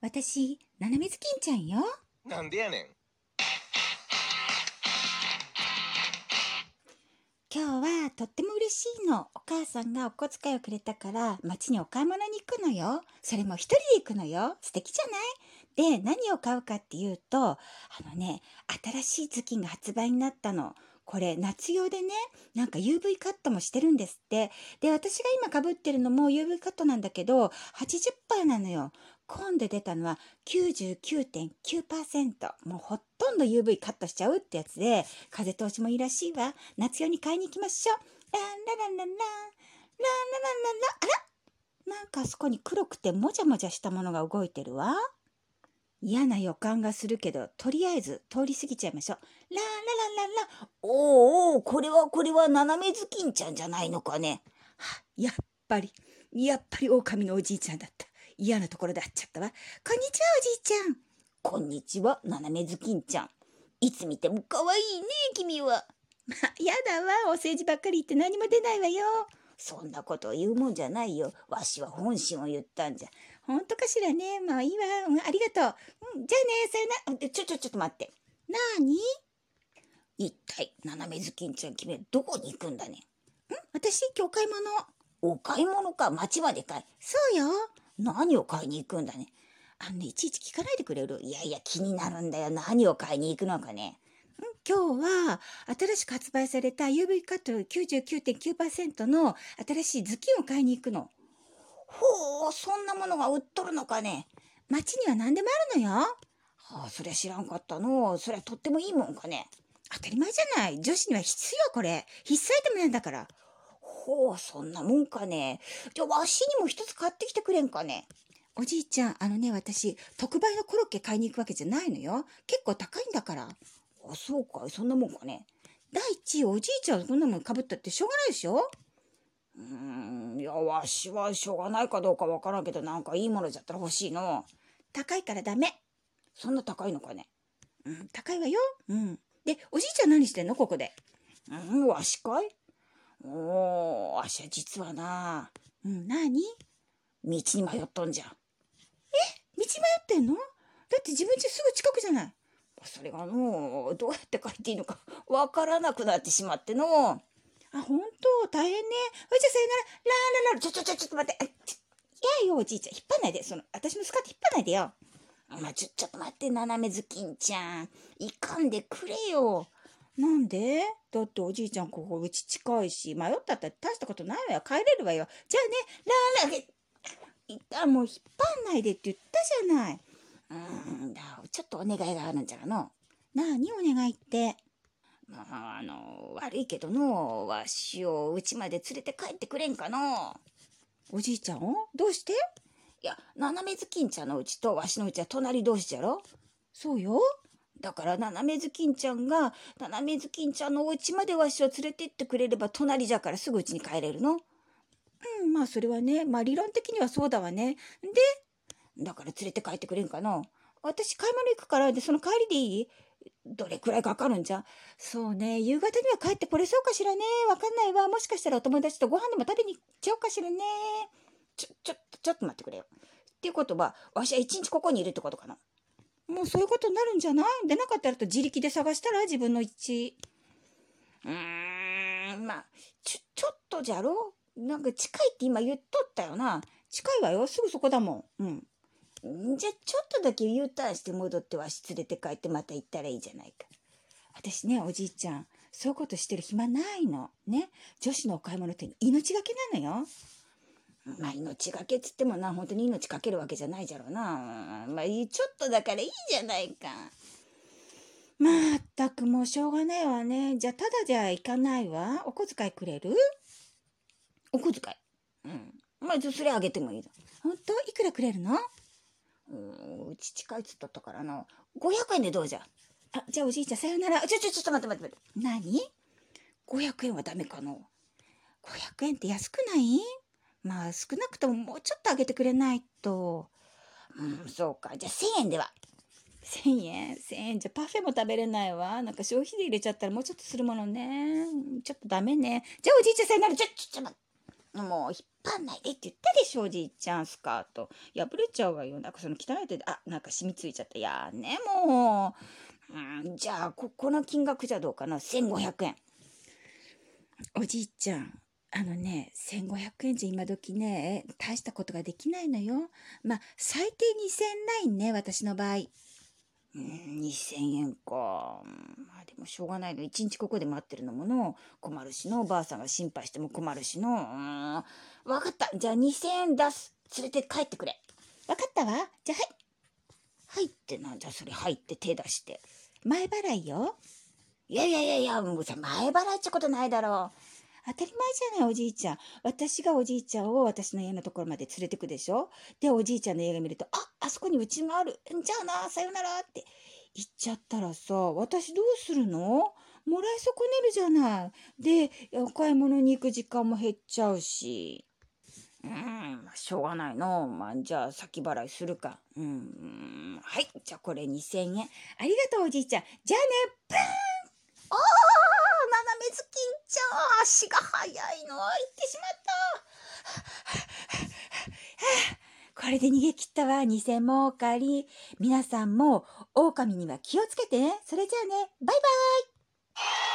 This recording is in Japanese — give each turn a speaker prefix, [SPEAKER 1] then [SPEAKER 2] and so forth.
[SPEAKER 1] 私、ななみずきんちゃんよ。
[SPEAKER 2] なんでやねん。
[SPEAKER 1] 今日はとっても嬉しいの。お母さんがお小遣いをくれたから、街にお買い物に行くのよ。それも一人で行くのよ。素敵じゃないで、何を買うかっていうと、あのね、新しい頭巾が発売になったの。これ、夏用でね、なんか UV カットもしてるんですって。で、私が今被ってるのも UV カットなんだけど、80%なのよ。今度出たのは99.9%。もうほとんど UV カットしちゃうってやつで、風通しもいいらしいわ。夏用に買いに行きましょう。ランラランランランランランランランランあらなんかあそこに黒くてもじゃもじゃしたものが動いてるわ。嫌な予感がするけど、とりあえず通り過ぎちゃいましょう。ランラランランランおーおー、これはこれは斜めずきんちゃんじゃないのかね。はやっぱり、やっぱり狼のおじいちゃんだった。嫌なところで会っちゃったわ。こんにちは、おじいちゃん。こんにちは、斜めずきんちゃん。いつ見ても可愛いね、君は。まあ、 やだわ、お世辞ばっかり言って何も出ないわよ。そんなことを言うもんじゃないよ。わしは本心を言ったんじゃ。ほんとかしらね。まあいいわ。うん、ありがとう。うん、じゃあね、さよなら。ちょ、ちょ、ちょっと待って。なあに一体、斜めずきんちゃん君はどこに行くんだね。ん私、今日お買い物。お買い物か、町までかい。そうよ。何を買いに行くんだね。あのね、いちいち聞かないでくれるいやいや、気になるんだよ。何を買いに行くのかね。ん今日は、新しく発売された UV カット99.9%の新しい頭巾を買いに行くの。ほう、そんなものが売っとるのかね。街には何でもあるのよ。はあ、そりゃ知らんかったの。そりゃとってもいいもんかね。当たり前じゃない。女子には必要これ。必須アイテムなんだから。ほう、そんなもんかね。じゃあ、わしにも一つ買ってきてくれんかね。おじいちゃん、あのね、私、特売のコロッケ買いに行くわけじゃないのよ。結構高いんだから。あ、そうかい。そんなもんかね。第一、おじいちゃんはこんなもん被ったってしょうがないでしょうーん、いや、わしはしょうがないかどうかわからんけど、なんかいいものじゃったら欲しいの。高いからダメ。そんな高いのかね。うん、高いわよ。うん。で、おじいちゃん何してんのここで。うん、わしかいおー、わしは実はな。うん、なに道に迷っとんじゃん。え道迷ってんのだって自分家すぐ近くじゃない。それがのう、どうやって書いていいのかわからなくなってしまってのう。あ、本当大変ね。おじゃあさよなら、ラーラララ、ちょちょちょちょっと待って。あちょいやよ、おじいちゃん。引っ張らないで。その、私のスカート引っ張らないでよ。まあ、ちょ、ちょっと待って、斜めずきんちゃん。いかんでくれよ。なんでだっておじいちゃんここうち近いし、迷ったって大したことないわよ。帰れるわよ。じゃあね、ラーラー、いったもう引っ張んないでって言ったじゃない。うーんだ、ちょっとお願いがあるんじゃがの。なあにお願いって。まあ、あの、悪いけどの、わしをうちまで連れて帰ってくれんかの。おじいちゃんをどうしていや、斜めずきんちゃんのうちとわしのうちは隣同士じゃろそうよ。だから、斜めずきんちゃんが、斜めずきんちゃんのお家までわしを連れてってくれれば隣じゃからすぐうちに帰れるの。うん、まあそれはね、まあ理論的にはそうだわね。で、だから連れて帰ってくれんかな。私買い物行くから、で、その帰りでいいどれくらいかかるんじゃそうね、夕方には帰ってこれそうかしらね。わかんないわ。もしかしたらお友達とご飯でも食べに行っちゃおうかしらね。ちょ、ちょ、ちょっと待ってくれよ。っていうことは、わしは一日ここにいるってことかな。もうそういうことになるんじゃないでなかったらと自力で探したら自分の家。うーん、まあ、ちょ、ちょっとじゃろなんか近いって今言っとったよな。近いわよ。すぐそこだもん。うん。んじゃ、ちょっとだけ U ターンして戻ってわし連れて帰ってまた行ったらいいじゃないか。私ね、おじいちゃん、そういうことしてる暇ないの。ね。女子のお買い物って命がけなのよ。まあ命がけっつってもな、本当に命かけるわけじゃないじゃろうな。うんまあいいちょっとだからいいじゃないか。まったくもうしょうがないわね。じゃあただじゃ行かないわ。お小遣いくれるお小遣い。うん。まあ、じゃあそれあげてもいいだ。ほんといくらくれるのうん、うち近いっつっとったからな。500円でどうじゃあ、じゃあおじいちゃんさよなら。ちょ、ちょ、ちょっと待って待って待って。何 ?500 円はダメかの ?500 円って安くないまあ、少なくとももうちょっとあげてくれないと。うん、そうか。じゃあ1000円では。1000円 ?1000 円じゃパフェも食べれないわ。なんか消費税入れちゃったらもうちょっとするものね。うんちょっとダメね。じゃあおじいちゃんさよなら。ちょ、ちょ、ちょ、待って。もう引っパンないでって言ったでしょ、おじいちゃん、スカート。破れちゃうわよ。なんかその汚い手で、あ、なんか染みついちゃった。いやーね、もう。うん、じゃあ、こ、この金額じゃどうかな。1500円。おじいちゃん、あのね、1500円じゃ今時ね、大したことができないのよ。まあ、最低2000ラインね、私の場合。うーん、2000円か。うんまあでもしょうがないの。一日ここで待ってるのもの、困るしの、おばあさんが心配しても困るしの。うーん、わかった。じゃあ2000円出す。連れて帰ってくれ。わかったわ。じゃあはい。はいってなんじゃそれ、はいって手出して。前払いよ。いやいやいやいや、もうさ、前払いっちゃことないだろう。当たり前じゃない、おじいちゃん。私がおじいちゃんを私の家のところまで連れてくでしょで、おじいちゃんの家が見ると、あ、あそこにうちもある。じゃあな、さよならって言っちゃったらさ、私どうするのもらい損ねるじゃない。で、お買い物に行く時間も減っちゃうし。うん、まあしょうがないの。まあ、じゃあ先払いするか。うんうん、はい。じゃあこれ2000円。ありがとう、おじいちゃん。じゃあね、プーンおー斜めずきんちゃん足が速いの行ってしまったこれで逃げ切ったわ偽儲かり皆さんも狼には気をつけてねそれじゃあねバイバイ